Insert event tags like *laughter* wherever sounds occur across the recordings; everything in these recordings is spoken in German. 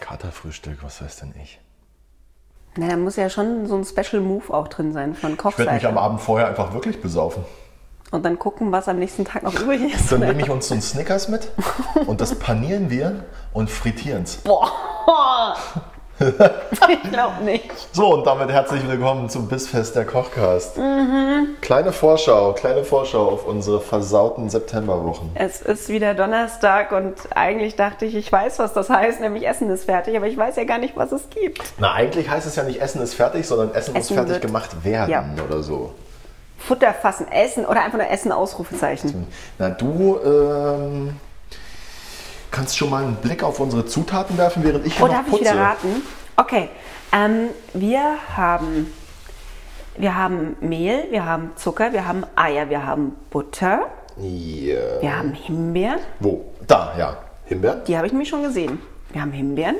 Katerfrühstück, was weiß denn ich? Na, da muss ja schon so ein Special Move auch drin sein von Ich werde mich am Kochseite. Abend vorher einfach wirklich besaufen. Und dann gucken, was am nächsten Tag noch übrig ist. *laughs* Dann nehme ich uns so einen Snickers mit und das panieren wir und frittieren's. Boah! ich glaube nicht. So, und damit herzlich willkommen zum Bissfest der Kochcast. Mhm. Kleine Vorschau, kleine Vorschau auf unsere versauten Septemberwochen. Es ist wieder Donnerstag und eigentlich dachte ich, ich weiß, was das heißt, nämlich Essen ist fertig, aber ich weiß ja gar nicht, was es gibt. Na, eigentlich heißt es ja nicht Essen ist fertig, sondern Essen, muss Essen fertig wird- gemacht werden oder so. Futter fassen, Essen oder einfach nur Essen, Ausrufezeichen. Hm. Na, du ähm, kannst schon mal einen Blick auf unsere Zutaten werfen, während ich hier Oh, noch darf ich putze. wieder raten? Okay, ähm, wir haben... Wir haben Mehl, wir haben Zucker, wir haben Eier, wir haben Butter, Ja. wir haben Himbeeren, Wo? Da, ja. Himbeeren? Die habe ich nämlich schon gesehen. Wir haben Himbeeren.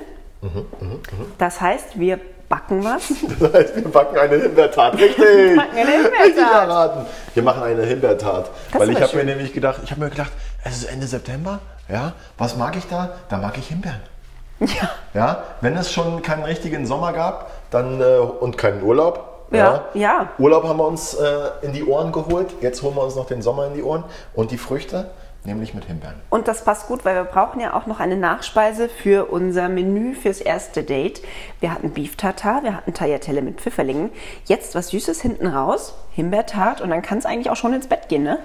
Das heißt, wir backen was. *laughs* *laughs* Das heißt, wir backen eine Himbeertat, richtig? Wir backen eine Himbeertat. erraten. Wir machen eine Himbeertat. Das weil ist ich aber habe mir schön. nämlich gedacht, ich habe mir gedacht, es ist Ende September, ja, was mag ich da? Da mag ich Himbeeren. ja. Ja, wenn es schon keinen richtigen Sommer gab dann, äh, und keinen Urlaub. Ja, ja. Urlaub haben wir uns äh, in die Ohren geholt. Jetzt holen wir uns noch den Sommer in die Ohren und die Früchte, nämlich mit Himbeeren. Und das passt gut, weil wir brauchen ja auch noch eine Nachspeise für unser Menü fürs erste Date. Wir hatten Beef Tartar, wir hatten Tagliatelle mit Pfifferlingen. Jetzt was Süßes hinten raus, Himbeertart und dann kann es eigentlich auch schon ins Bett gehen, ne?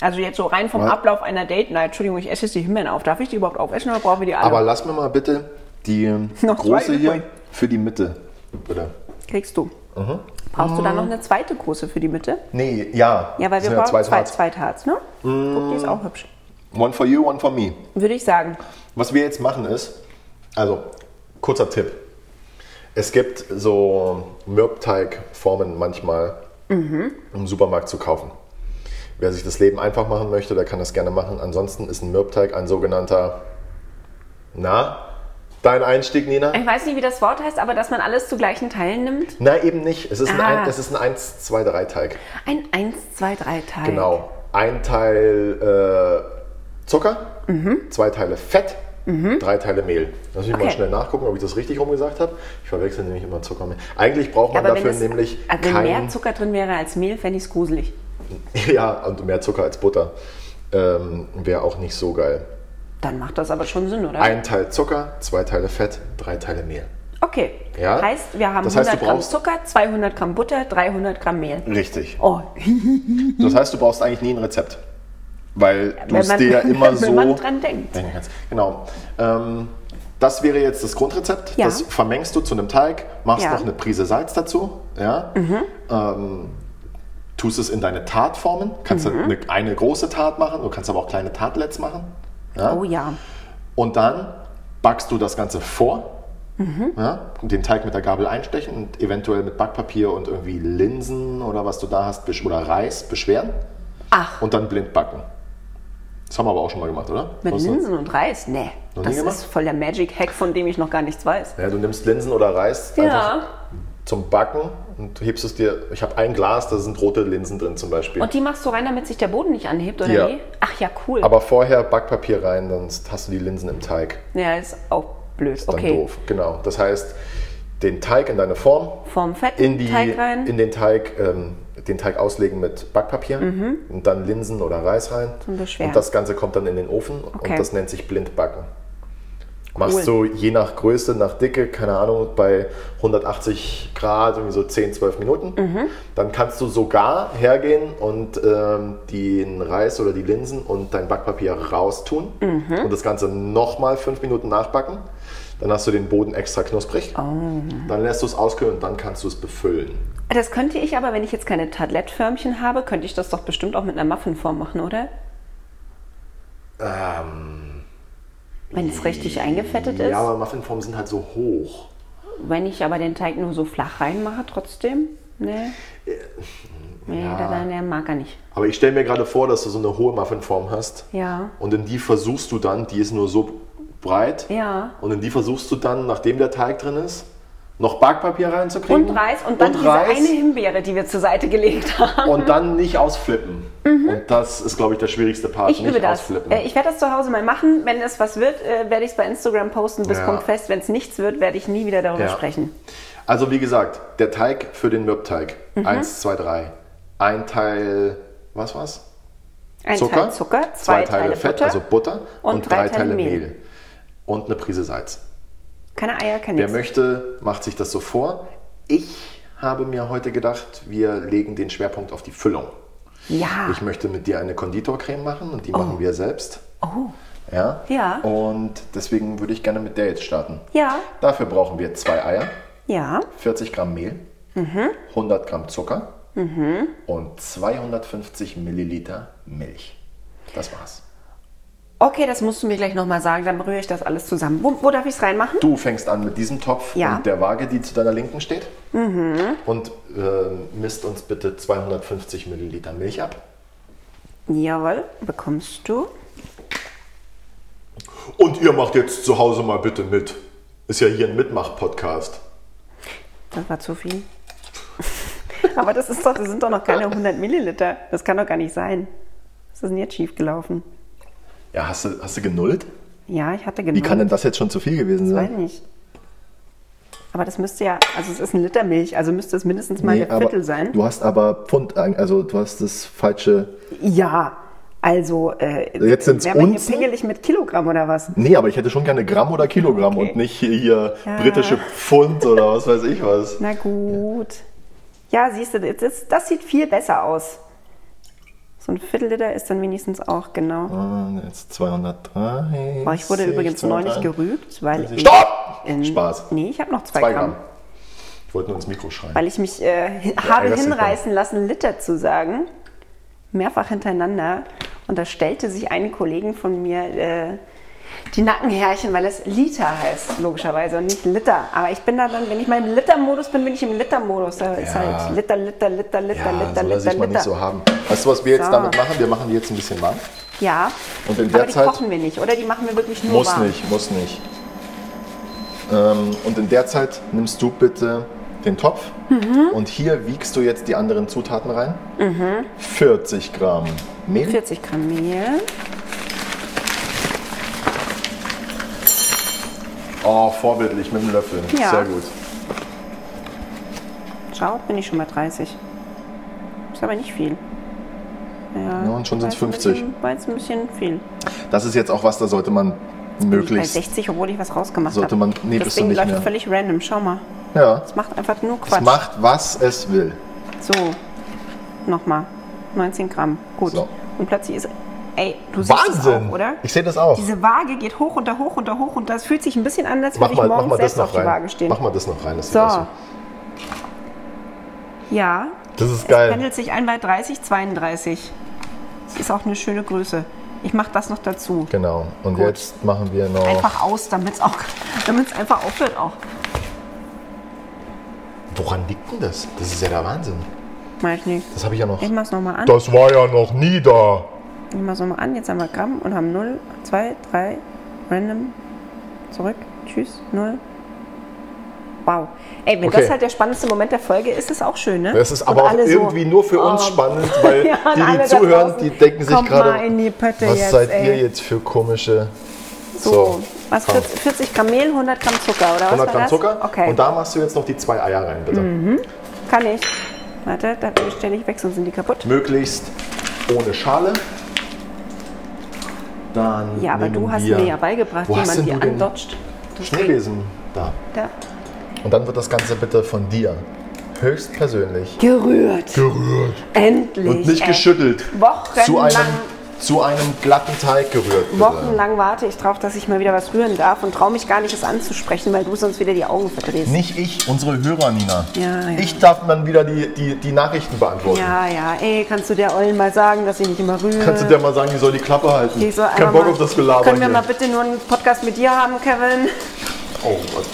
Also jetzt so rein vom Ja. Ablauf einer Date Night. Entschuldigung, ich esse jetzt die Himbeeren auf. Darf ich die überhaupt aufessen oder brauchen wir die alle? Aber lass mir mal bitte die Noch zwei große hier übrig. für die Mitte. Bitte. Kriegst du. Mhm. Brauchst du dann noch eine zweite große für die Mitte? Nee, ja. Ja, weil Das wir sind brauchen zwei zwei, Tarts. zwei Tarts, ne? Guck, die ist auch hübsch. One for you, one for me. Würde ich sagen. Was wir jetzt machen ist, also kurzer Tipp. Es gibt so Mürbteigformen manchmal im Supermarkt zu kaufen. Wer sich das Leben einfach machen möchte, der kann das gerne machen. Ansonsten ist ein Mürbteig ein sogenannter. Na, dein Einstieg, Nina? Ich weiß nicht, wie das Wort heißt, aber dass man alles zu gleichen Teilen nimmt. Na, eben nicht. Es ist ein, Ah. ein, es ist ein 1-2-3-Teig. Ein 1, 2, 3 Teil. Genau. Ein Teil äh, Zucker, zwei Teile Fett, drei Teile Mehl. Lass mich mal Mhm. Okay. schnell nachgucken, ob ich das richtig rum gesagt habe. Ich verwechsel nämlich immer Zucker und Mehl. Eigentlich braucht man Aber wenn, dafür das, nämlich also wenn kein, mehr Zucker drin wäre als Mehl, fände ich es gruselig. *laughs* ja, und mehr Zucker als Butter. Ähm, Wäre auch nicht so geil. Dann macht das aber schon Sinn, oder? Ein Teil Zucker, zwei Teile Fett, drei Teile Mehl. okay. Ja. Heißt, wir haben Das heißt, du 100 Gramm brauchst- Zucker, 200 Gramm Butter, 300 Gramm Mehl. Richtig. Oh, Das heißt, du brauchst eigentlich nie ein Rezept. Weil du Hm? wenn es man- dir ja immer *laughs* wenn so. man dran denkt. denken kannst. Genau. Ähm, das wäre jetzt das Grundrezept. Ja. Das vermengst du zu einem Teig, machst Ja. Mhm. noch eine Prise Salz dazu. Ja. Ähm, tust es in deine Tat formen. Kannst Mhm. du eine, eine große Tat machen, du kannst aber auch kleine Tartlets machen. Ja? oh ja. Und dann backst du das Ganze vor. Mhm. Ja, und den Teig mit der Gabel einstechen und eventuell mit Backpapier und irgendwie Linsen oder was du da hast besch- oder Reis beschweren. Ach. Und dann blind backen. Das haben wir aber auch schon mal gemacht, oder? Mit Weißt du? Linsen und Reis? Nee. Noch nie Das gemacht? ist voll der Magic-Hack, von dem ich noch gar nichts weiß. Ja, du nimmst Linsen oder Reis Ja. einfach zum Backen und hebst es dir. Ich habe ein Glas, da sind rote Linsen drin zum Beispiel. Und die machst du rein, damit sich der Boden nicht anhebt, oder Ja. wie? Ach ja, cool. aber vorher Backpapier rein, sonst hast du die Linsen im Teig. ja, ist auch blöd. Dann okay. doof. Genau. Das heißt, den Teig in deine Form, Vom Fett in, die, Teig rein. in den Teig, ähm, den Teig auslegen mit Backpapier und dann Linsen oder Reis rein. Mhm. Zum Beschweren. Und das Ganze kommt dann in den Ofen Okay. und das nennt sich Blindbacken. Machst du je nach Größe, nach Dicke, keine Ahnung, bei 180 Grad irgendwie so 10, 12 Minuten. Dann kannst du sogar hergehen und ähm, den Reis oder die Linsen und dein Backpapier raustun und das Ganze nochmal 5 Minuten nachbacken. Dann hast du den Boden extra knusprig. Dann lässt du es auskühlen und dann kannst du es befüllen. Das könnte ich aber, wenn ich jetzt keine Tartlettförmchen habe, könnte ich das doch bestimmt auch mit einer Muffinform machen, oder? Wenn es richtig eingefettet ist. Ähm, Ja, aber Muffinformen sind halt so hoch. Wenn ich aber den Teig nur so flach reinmache, trotzdem? Nee. Nee, Äh, Ja. da, da, der mag er nicht. Aber ich stelle mir gerade vor, dass du so eine hohe Muffinform hast. Ja. Und in die versuchst du dann, die ist nur so breit. Ja. Und in die versuchst du dann, nachdem der Teig drin ist, noch Backpapier reinzukriegen. Und Reis und dann diese Reis. eine Himbeere, die wir zur Seite gelegt haben. Und dann nicht ausflippen. Und das ist, glaube ich, der schwierigste Part. Mhm. Ich Also nicht übe das. ausflippen. Äh, Ich werde das zu Hause mal machen. Wenn es was wird, äh, werde ich es bei Instagram posten bis Ja. Punkt fest. Wenn es nichts wird, werde ich nie wieder darüber Ja. sprechen. Also wie gesagt, der Teig für den Mürbteig. Mhm. Eins, zwei, drei. Ein Teil, was war's? Ein Teil Zucker, zwei, Teile, Fett, also Butter und drei Teile Mehl. Und eine Prise Salz. Keine Eier, kein Wer nichts. möchte, macht sich das so vor. Ich habe mir heute gedacht, wir legen den Schwerpunkt auf die Füllung. Ja. Ich möchte mit dir eine Konditorcreme machen und die machen wir selbst. Oh. Ja. Ja. Und deswegen würde ich gerne mit der jetzt starten. Ja. Dafür brauchen wir zwei Eier, Ja. 40 Gramm Mehl, Mhm. 100 Gramm Zucker und 250 Milliliter Milch. Das war's. Okay, das musst du mir gleich nochmal sagen. Dann rühre ich das alles zusammen. Wo, wo darf ich es reinmachen? Du fängst an mit diesem Topf Ja. Mhm. und der Waage, die zu deiner Linken steht. Und äh, misst uns bitte 250 Milliliter Milch ab. Jawohl. Bekommst du. Und ihr macht jetzt zu Hause mal bitte mit. Ist ja hier ein Mitmach-Podcast. Das war zu viel. *laughs* Aber das, ist doch, das sind doch noch keine 100 Milliliter. Das kann doch gar nicht sein. Was ist denn jetzt schiefgelaufen? Ja, hast du, hast du genullt? Ja, ich hatte genau. Wie kann denn das jetzt schon zu viel gewesen Weiß sein? nicht. Aber das müsste ja, also es ist ein Liter Milch, also müsste es mindestens mal Nee, ein Viertel sein. Du hast aber Pfund, ein- also du hast das falsche. Ja, also äh, Jetzt sind's wären wir hier Unzen? pingelig mit Kilogramm oder was? Nee, aber ich hätte schon gerne Gramm oder Kilogramm Okay. und nicht hier Ja. britische Pfund oder was weiß ich was. Na gut. Ja, siehst du, jetzt ist, das sieht viel besser aus. So ein Viertelliter ist dann wenigstens auch Oh, genau. Ah, Und jetzt 203. Boah, ich wurde übrigens neulich gerügt, weil ich. Stopp! in- Spaß. Nee, ich habe noch zwei, Zwei Gramm. Gramm. Ich wollte nur ins Mikro schreien. Weil ich mich äh, hi- habe ärgerst dich hinreißen lassen, Liter zu sagen. Mehrfach hintereinander. Und da stellte sich eine Kollegin von mir äh, die Nackenhärchen, weil es Liter heißt, logischerweise, und nicht Liter. Aber ich bin da dann, wenn ich mal im Liter-Modus bin, bin ich im Liter-Modus. Da ist Ja. halt Liter, Liter, Liter, Liter, ja, Liter, soll er Liter, sich mal Liter. nicht so haben. Weißt du, was wir jetzt So. damit machen? Wir machen die jetzt ein bisschen warm. Ja. Und in Aber der die Zeit- kochen wir nicht, oder? Die machen wir wirklich nur Muss warm. nicht, muss nicht. Ähm, und in der Zeit nimmst du bitte den Topf Mhm. und hier wiegst du jetzt die anderen Zutaten rein. 40 Gramm Mehl, 40 Gramm Mehl. Oh, vorbildlich mit dem Löffel. Ja. Sehr gut. Schau, bin ich schon bei 30. Ist aber nicht viel. ja, und schon sind es War jetzt 50. ein bisschen- War jetzt ein bisschen viel. Das ist jetzt auch was, da sollte man Bei möglichst. 60, obwohl ich was rausgemacht habe. Sollte man- nee, bist du Deswegen nicht läuft mehr. völlig random. Schau mal. Ja, Es macht einfach nur Quatsch. es macht, was es will. So, nochmal. 19 Gramm. Gut. So. Und plötzlich ist. Ey, du siehst es Wahnsinn! auch, oder? Ich sehe das auch. Diese Waage geht hoch und da hoch und da hoch und das fühlt sich ein bisschen an, als Mach würde ich mal, mach morgens mal das selbst auf noch die Waage rein. stehen. Mach mal das noch rein. Das sieht aus so. wie- Ja, Das ist es geil. pendelt sich ein bei 30, 32. Das ist auch eine schöne Größe. Ich mache das noch dazu. Genau. Und jetzt machen wir noch. Einfach aus, damit es *laughs* auch, damit's einfach aufhört auch. Woran liegt denn das? Das ist ja der Wahnsinn. Mach ich nicht. Das habe ich ja noch. Ich mach's nochmal an. Das war ja noch nie da. Nehmen wir so mal an, jetzt haben wir Gramm und haben 0, 2, 3, random, zurück, tschüss, 0. Wow. Ey, wenn Okay. das halt der spannendste Moment der Folge ist, ist auch schön, ne? Das ist Und aber auch alle so, irgendwie nur für uns oh. spannend, *laughs* weil Ja, und die, alle die da zuhören, draußen, die denken sich kommt mal in gerade, die Pötte Was jetzt, seid ey. ihr jetzt für komische. So, was, 40, 40 Gramm Mehl, 100 Gramm Zucker, oder was 100 war Gramm das? Zucker. Okay, Und da machst du jetzt noch die zwei Eier rein, bitte. kann ich. Warte, da stelle ich weg, sonst sind die kaputt. Möglichst ohne Schale. Dann Ja, aber nehmen du hast wir mir ja beigebracht, Wo wie hast man denn die du den andodgt. Schneebesen da. Da. Und dann wird das Ganze bitte von dir. Höchstpersönlich. Gerührt. Gerührt. Endlich. Und nicht ey. geschüttelt. äh, Wochenlang Zu einem zu einem glatten Teig gerührt. bitte. Wochenlang warte ich drauf, dass ich mal wieder was rühren darf und traue mich gar nicht, es anzusprechen, weil du sonst wieder die Augen verdrehst. Nicht ich, unsere Hörer, Nina. Ja, ja. Ich darf dann wieder die, die, die Nachrichten beantworten. Ja, ja, ey, kannst du der Ollen mal sagen, dass ich nicht immer rühre? Kannst du dir mal sagen, die soll die Klappe halten? Die soll Kein einmal Bock mal- auf das Gelaber Können wir hier. mal bitte nur einen Podcast mit dir haben, Kevin? oh Gott.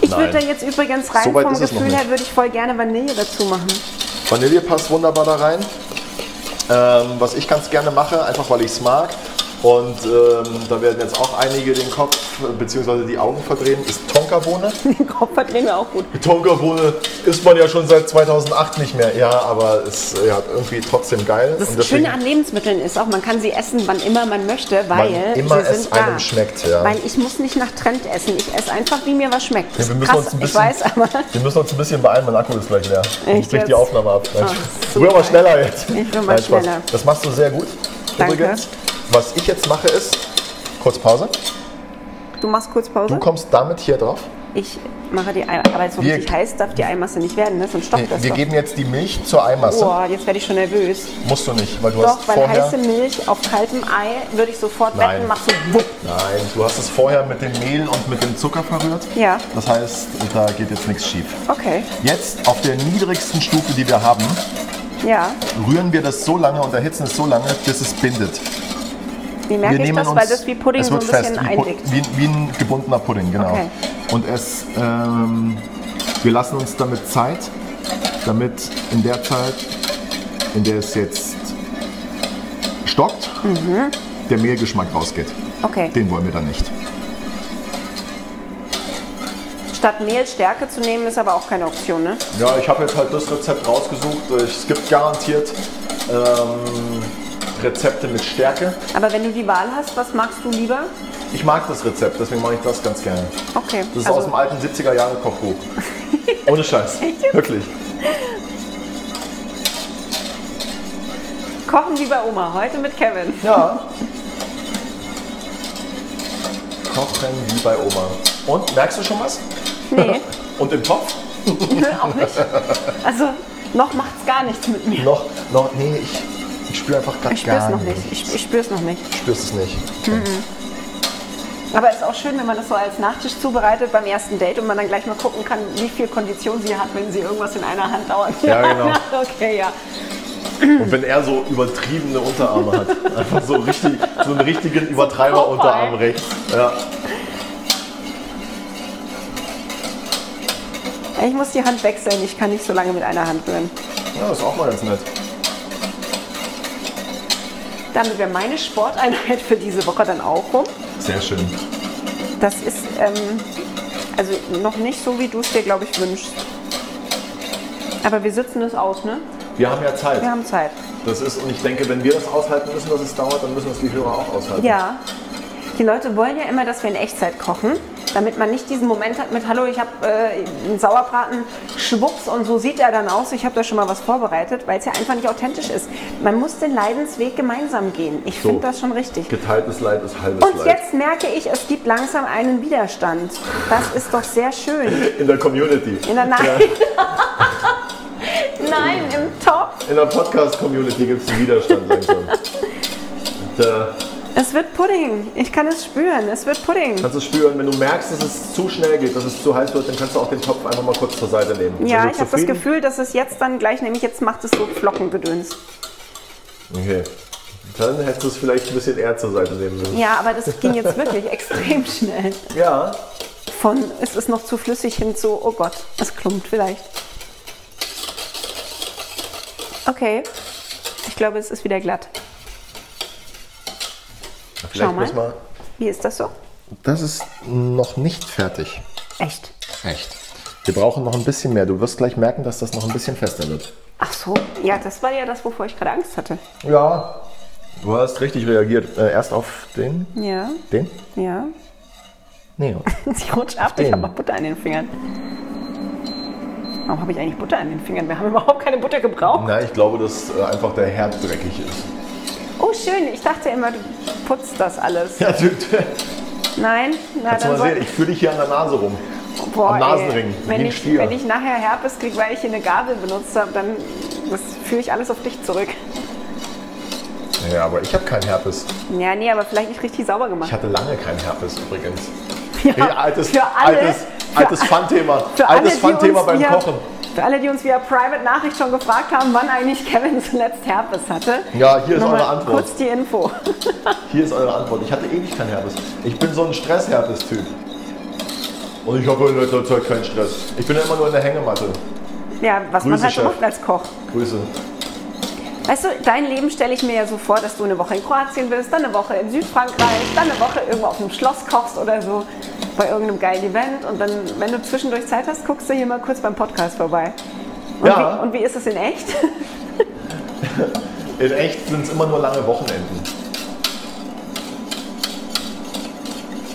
Ich würde Nein. da jetzt übrigens rein So weit vom ist es noch Gefühl her, nicht. würde ich voll gerne Vanille dazu machen. *laughs* Vanille passt wunderbar da rein. Ähm, was ich ganz gerne mache, einfach weil ich es mag. Und ähm, da werden jetzt auch einige den Kopf bzw. die Augen verdrehen, ist Tonkabohne. Den Kopf verdrehen wir auch gut. Tonkabohne isst man ja schon seit 2008 nicht mehr. Ja, aber es ist ja, irgendwie trotzdem geil. Das Und Schöne an Lebensmitteln ist auch, man kann sie essen, wann immer man möchte, weil Wann immer sie es sind einem da. schmeckt, ja. Weil ich muss nicht nach Trend essen, ich esse einfach, wie mir was schmeckt. Ja, wir, müssen Krass, uns ein ich bisschen, weiß, aber wir müssen uns ein bisschen beeilen, mein Akku ist gleich leer. Echt ich brich jetzt? die Aufnahme ab. Nein, Ach, Spaß. Rühr mal schneller jetzt. Ich will mal Nein, Spaß. schneller. Das machst du sehr gut. Danke. Übrigens, was ich jetzt mache ist, kurz Pause. du machst kurz Du Pause. kommst damit hier drauf. Ich mache die Eimasse, aber so Wir- richtig heiß darf die Eimasse nicht werden, ne? sonst stoppt Nee, das wir doch. geben jetzt die Milch zur Eimasse. Boah, jetzt werde ich schon nervös. Musst du nicht, weil du Doch, hast weil vorher. heiße Milch auf kaltem Ei würde ich sofort Nein. wetten, machst du wupp. Nein, du hast es vorher mit dem Mehl und mit dem Zucker verrührt. Ja. Das heißt, da geht jetzt nichts schief. Okay, Jetzt auf der niedrigsten Stufe, die wir haben, ja. rühren wir das so lange und erhitzen es so lange, bis es bindet. Wie merke ich das? Weil das wie Pudding es so ein wird bisschen fest, wie, Pud- eindickt. wie, wie ein gebundener Pudding, genau. Okay. Und es, ähm, wir lassen uns damit Zeit, damit in der Zeit, in der es jetzt stockt, Mhm. der Mehlgeschmack rausgeht. Okay. Den wollen wir dann nicht. Statt Mehl Stärke zu nehmen, ist aber auch keine Option, ne? Ja, ich habe jetzt halt das Rezept rausgesucht. Es gibt garantiert ähm, Rezepte mit Stärke. Aber wenn du die Wahl hast, was magst du lieber? Ich mag das Rezept, deswegen mache ich das ganz gerne. Okay. Das ist also, aus dem alten 70er Jahre Kochbuch. *laughs* Ohne Scheiß. Wirklich. Kochen wie bei Oma, heute mit Kevin. Ja. Kochen wie bei Oma. Und merkst du schon was? Nee, *laughs* ne, Und im Topf? auch nicht. Also, noch macht's gar nichts mit mir. Noch, noch, nee, ich, ich spüre einfach grad Ich spür's gar noch nicht. Ich, Mhm. ich spür's noch nicht. Ich spür's es nicht. Aber ist auch schön, wenn man das so als Nachtisch zubereitet beim ersten Date und man dann gleich mal gucken kann, wie viel Kondition sie hat, wenn sie irgendwas in einer Hand dauert. *laughs* Ja, genau. okay, ja. Und wenn er so übertriebene Unterarme *laughs* hat, einfach so richtig, so einen richtigen Übertreiber Unterarm rechts. Ja. Ich muss die Hand wechseln. Ich kann nicht so lange mit einer Hand rühren. ja, ist auch mal ganz nett. Damit wäre meine Sporteinheit für diese Woche dann auch rum. Sehr schön. Das ist ähm, also noch nicht so, wie du es dir, glaube ich, wünschst. Aber wir sitzen es aus, ne? Wir haben ja Zeit. Wir haben Zeit. Das ist, und ich denke, wenn wir das aushalten müssen, dass es dauert, dann müssen das die Hörer auch aushalten. Ja. Die Leute wollen ja immer, dass wir in Echtzeit kochen, damit man nicht diesen Moment hat mit Hallo, ich habe äh, einen Sauerbraten, schwupps und so sieht er dann aus, ich habe da schon mal was vorbereitet, weil es ja einfach nicht authentisch ist. Man muss den Leidensweg gemeinsam gehen. Ich So. finde das schon richtig. Geteiltes Leid ist halbes Und Leid. jetzt merke ich, es gibt langsam einen Widerstand. Das ist doch sehr schön. In der Community. In der Nein. Nein, im Topf. In der Podcast-Community gibt es einen Widerstand langsam. Da Es wird Pudding. Ich kann es spüren. Es wird Pudding. kannst du spüren, wenn du merkst, dass es zu schnell geht, dass es zu heiß wird, dann kannst du auch den Topf einfach mal kurz zur Seite Ja, nehmen. Wenn du ich habe das zufrieden- Gefühl, dass es jetzt dann gleich, nämlich jetzt macht es so Flockengedöns. Okay. Dann hättest du es vielleicht ein bisschen eher zur Seite nehmen müssen. Ja, aber das ging jetzt wirklich extrem schnell. Ja. Von es ist noch zu flüssig hin zu, oh Gott, es klumpt vielleicht. Okay. Ich glaube, es ist wieder glatt. Vielleicht mal. muss man- Wie ist das so? Das ist noch nicht fertig. Echt? Echt. Wir brauchen noch ein bisschen mehr. Du wirst gleich merken, dass das noch ein bisschen fester wird. Ach so. Ja, das war ja das, wovor ich gerade Angst hatte. Ja. Du hast richtig reagiert. Äh, erst auf den. Ja, Den? ja. Nee. Ich rutsche ab, ich Stimmt. habe auch Butter an den Fingern. Warum habe ich eigentlich Butter an den Fingern? Wir haben *laughs* überhaupt keine Butter gebraucht. Na, ich glaube, dass äh, einfach der Herd dreckig ist. *laughs* Oh, schön. Ich dachte immer, du putzt das alles. Ja, du, Nein? Na, Kannst du mal soll- sehen, ich führe dich hier an der Nase rum. Boah, am Nasenring, ey, wie Wenn ein ich, Stier. wenn ich nachher Herpes kriege, weil ich hier eine Gabel benutzt habe, dann das führe ich alles auf dich zurück. Ja, aber ich habe keinen Herpes. Ja, nee, aber vielleicht nicht richtig sauber gemacht. Ich hatte lange keinen Herpes übrigens. Ja, Hey, altes für alle- altes, für altes alle- Fun-Thema. Für alle, Altes die uns Fun-Thema beim via, Kochen. Für alle, die uns via Private Nachricht schon gefragt haben, wann eigentlich Kevin zuletzt Herpes hatte. Ja, hier ist Nochmal eure Antwort. Kurz die Info. *laughs* Hier ist eure Antwort. Ich hatte ewig keinen Herpes. Ich bin so ein Stress-Herpes-Typ. Und ich habe in letzter Zeit keinen Stress. Ich bin ja immer nur in der Hängematte. Ja, was man Grüße, halt so Chef. macht als Koch. Grüße. Weißt du, dein Leben stelle ich mir ja so vor, dass du eine Woche in Kroatien bist, dann eine Woche in Südfrankreich, dann eine Woche irgendwo auf einem Schloss kochst oder so bei irgendeinem geilen Event und dann, wenn du zwischendurch Zeit hast, guckst du hier mal kurz beim Podcast vorbei. Und, Ja. wie, und wie ist es in echt? *laughs* In echt sind es immer nur lange Wochenenden.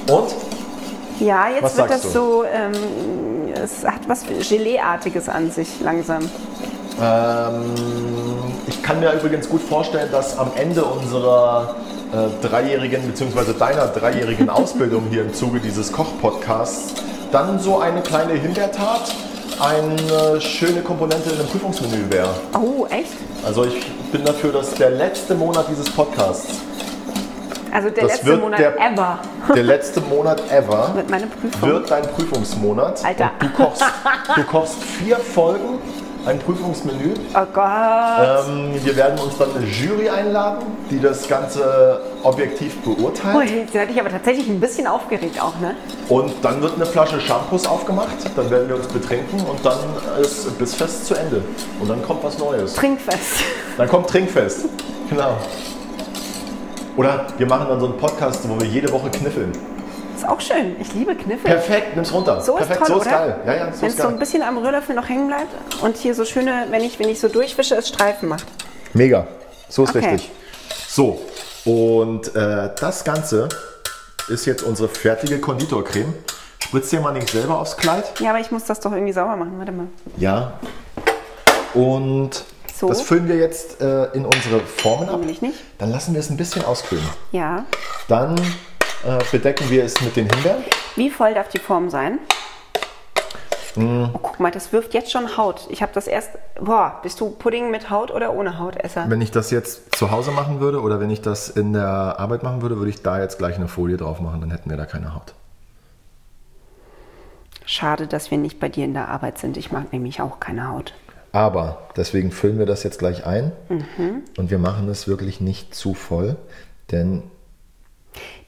Und? Ja, jetzt Was wird das sagst so, ähm, es hat was Geleeartiges an sich langsam. Ähm, ich kann mir übrigens gut vorstellen, dass am Ende unserer äh, dreijährigen bzw. deiner dreijährigen Ausbildung hier im Zuge dieses Kochpodcasts dann so eine kleine Hintertat eine schöne Komponente in einem Prüfungsmenü wäre. Oh, echt? Also ich bin dafür, dass der letzte Monat dieses Podcasts, Also der Das letzte wird Monat der- ever der letzte Monat ever, wird meine Prüfung. wird dein Prüfungsmonat. Alter. Und du kochst, du kochst vier Folgen, ein Prüfungsmenü. Oh Gott. Ähm, wir werden uns dann eine Jury einladen, die das Ganze objektiv beurteilt. Ui, Oh, jetzt hatte ich aber tatsächlich ein bisschen aufgeregt auch, ne? Und dann wird eine Flasche Shampoos aufgemacht, dann werden wir uns betrinken und dann ist Bissfest zu Ende. Und dann kommt was Neues. Trinkfest. Dann kommt Trinkfest. Genau. Oder wir machen dann so einen Podcast, wo wir jede Woche kniffeln. Ist auch schön. Ich liebe Kniffel. Perfekt, nimm's runter. So ist Perfekt, toll, so ist oder? geil. Ja, ja, so wenn ist es so ein geil. bisschen am Rührlöffel noch hängen bleibt und hier so schöne, wenn ich, wenn ich so durchwische, es Streifen macht. Mega. So ist Okay. richtig. So, und äh, das Ganze ist jetzt unsere fertige Konditorcreme. Spritzt dir mal nicht selber aufs Kleid. Ja, aber ich muss das doch irgendwie sauber machen. Warte mal. Ja. Und So. das füllen wir jetzt äh, in unsere Formen ab. Will ich nicht. Dann lassen wir es ein bisschen auskühlen. Ja. Dann äh, bedecken wir es mit den Himbeeren. Wie voll darf die Form sein? Hm. Oh, guck mal, das wirft jetzt schon Haut. Ich habe das erst. Boah, bist du Pudding mit Haut oder ohne Hautesser? Wenn ich das jetzt zu Hause machen würde oder wenn ich das in der Arbeit machen würde, würde ich da jetzt gleich eine Folie drauf machen, dann hätten wir da keine Haut. Schade, dass wir nicht bei dir in der Arbeit sind. Ich mag nämlich auch keine Haut. Aber deswegen füllen wir das jetzt gleich ein Mhm. und wir machen es wirklich nicht zu voll, denn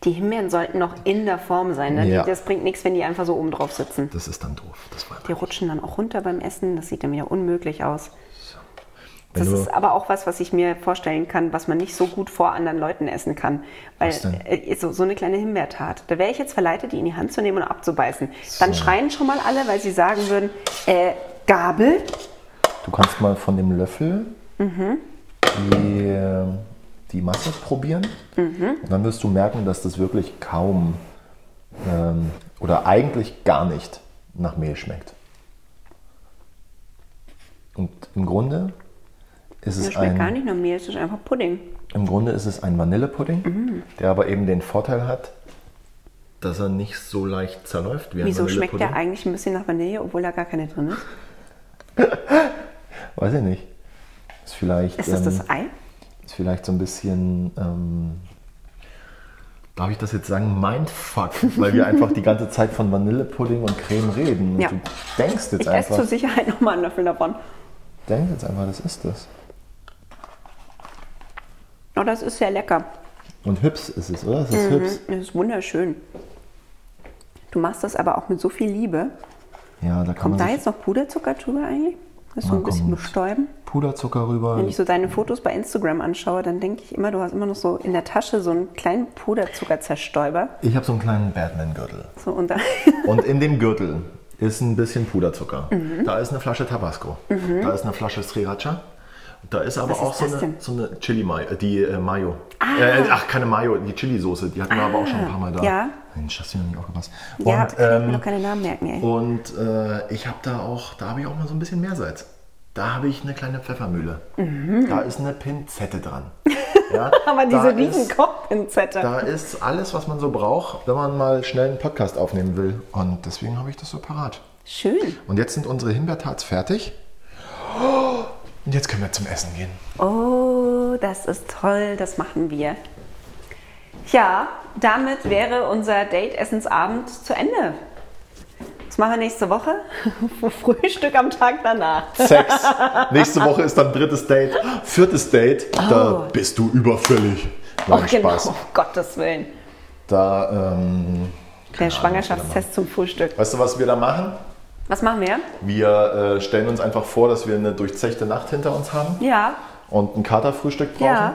Die Himbeeren sollten noch in der Form sein. Ne? Ja. Die, das bringt nichts, wenn die einfach so oben drauf sitzen. das ist dann doof. Das wollen wir Die rutschen dann auch runter beim Essen. Das sieht dann wieder unmöglich aus. Wenn Das du- ist aber auch was, was ich mir vorstellen kann, was man nicht so gut vor anderen Leuten essen kann. Weil Was denn? äh, so, so eine kleine Himbeertat. Da wäre ich jetzt verleitet, die in die Hand zu nehmen und abzubeißen. Dann schreien schon mal alle, weil sie sagen würden, äh, Gabel? Du kannst mal von dem Löffel Mhm. die, äh, die Masse probieren. Mhm. Und dann wirst du merken, dass das wirklich kaum ähm, oder eigentlich gar nicht nach Mehl schmeckt. Und im Grunde ist Das es schmeckt gar ein, nicht nach Mehl, das ist einfach Pudding. im Grunde ist es ein Vanillepudding, Mhm. der aber eben den Vorteil hat, dass er nicht so leicht zerläuft wie ein Wieso schmeckt Vanillepudding. der eigentlich ein bisschen nach Vanille, obwohl da gar keine drin ist? Weiß ich nicht. Ist vielleicht Ist das ähm, das Ei? ist vielleicht so ein bisschen, ähm, darf ich das jetzt sagen, Mindfuck, weil wir einfach die ganze Zeit von Vanillepudding und Creme reden. Und Ja. du denkst jetzt Ich esse zur einfach, Sicherheit nochmal einen Löffel davon. denkst jetzt einfach, das ist das. Oh, das ist sehr lecker. Mhm. Und Hips ist es, oder? Das ist Hips. Das ist wunderschön. Du machst das aber auch mit so viel Liebe. Ja, da kann Kommt da man jetzt noch Puderzucker drüber eigentlich? Das so Na, ein bisschen kommt. bestäuben. Puderzucker rüber. Wenn ich so deine Fotos bei Instagram anschaue, dann denke ich immer, du hast immer noch so in der Tasche so einen kleinen Puderzuckerzerstäuber. Ich habe so einen kleinen Batman-Gürtel. So und da Und in dem Gürtel ist ein bisschen Puderzucker. Mhm. Da ist eine Flasche Tabasco. Da ist eine Flasche Sriracha. Da ist aber Was auch ist so das eine, denn? Ah. so eine Chili Mayo, äh, die äh, Mayo. Äh, ach, keine Mayo, die Chili-Soße, die hatten wir aber auch schon ein paar Mal da. ja. Mensch, hast du mir nicht aufgepasst. Und, ja, kann ich mir ähm, noch keine Namen merken, ey. und äh, ich habe da auch, da habe ich auch mal so ein bisschen Meersalz. Da habe ich eine kleine Pfeffermühle. Da ist eine *laughs* Pinzette dran. *laughs* Ja, Mhm. Aber da diese riesen ist- Kochpinzette. da ist alles, was man so braucht, wenn man mal schnell einen Podcast aufnehmen will. Und deswegen habe ich das so parat. Schön. Und jetzt sind unsere Himbeertarts fertig. Und jetzt können wir zum Essen gehen. Oh, das ist toll, das machen wir. Ja, damit wäre unser Date-Essensabend zu Ende. Was machen wir nächste Woche? *laughs* Frühstück am Tag danach. Sex. *laughs* Nächste Woche ist dann drittes Date. Viertes Date, da bist du überfällig. Nein, oh, genau, Spaß. um Gottes Willen. Da, ähm, Der Schwangerschaftstest zum Frühstück. weißt du, was wir da machen? Was machen wir? Wir äh, stellen uns einfach vor, dass wir eine durchzechte Nacht hinter uns haben Ja. und ein Katerfrühstück brauchen. Ja.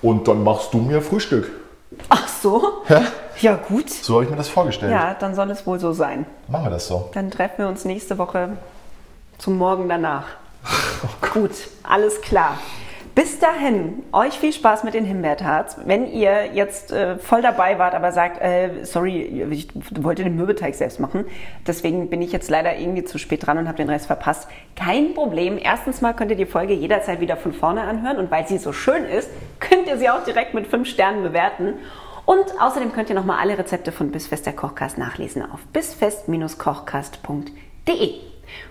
Und dann machst du mir Frühstück. Ach so? Ja, gut. So habe ich mir das vorgestellt. Ja, dann soll es wohl so sein. Machen wir das so. Dann treffen wir uns nächste Woche zum Morgen danach. Gut, alles klar. Bis dahin, euch viel Spaß mit den Himbeertarts. Wenn ihr jetzt äh, voll dabei wart, aber sagt, äh, sorry, ich wollte den Mürbeteig selbst machen, deswegen bin ich jetzt leider irgendwie zu spät dran und habe den Rest verpasst. Kein Problem. Erstens mal könnt ihr die Folge jederzeit wieder von vorne anhören und weil sie so schön ist, könnt ihr sie auch direkt mit fünf Sternen bewerten. Und außerdem könnt ihr nochmal alle Rezepte von Bissfest der Kochkast nachlesen auf bisfest-kochkast.de.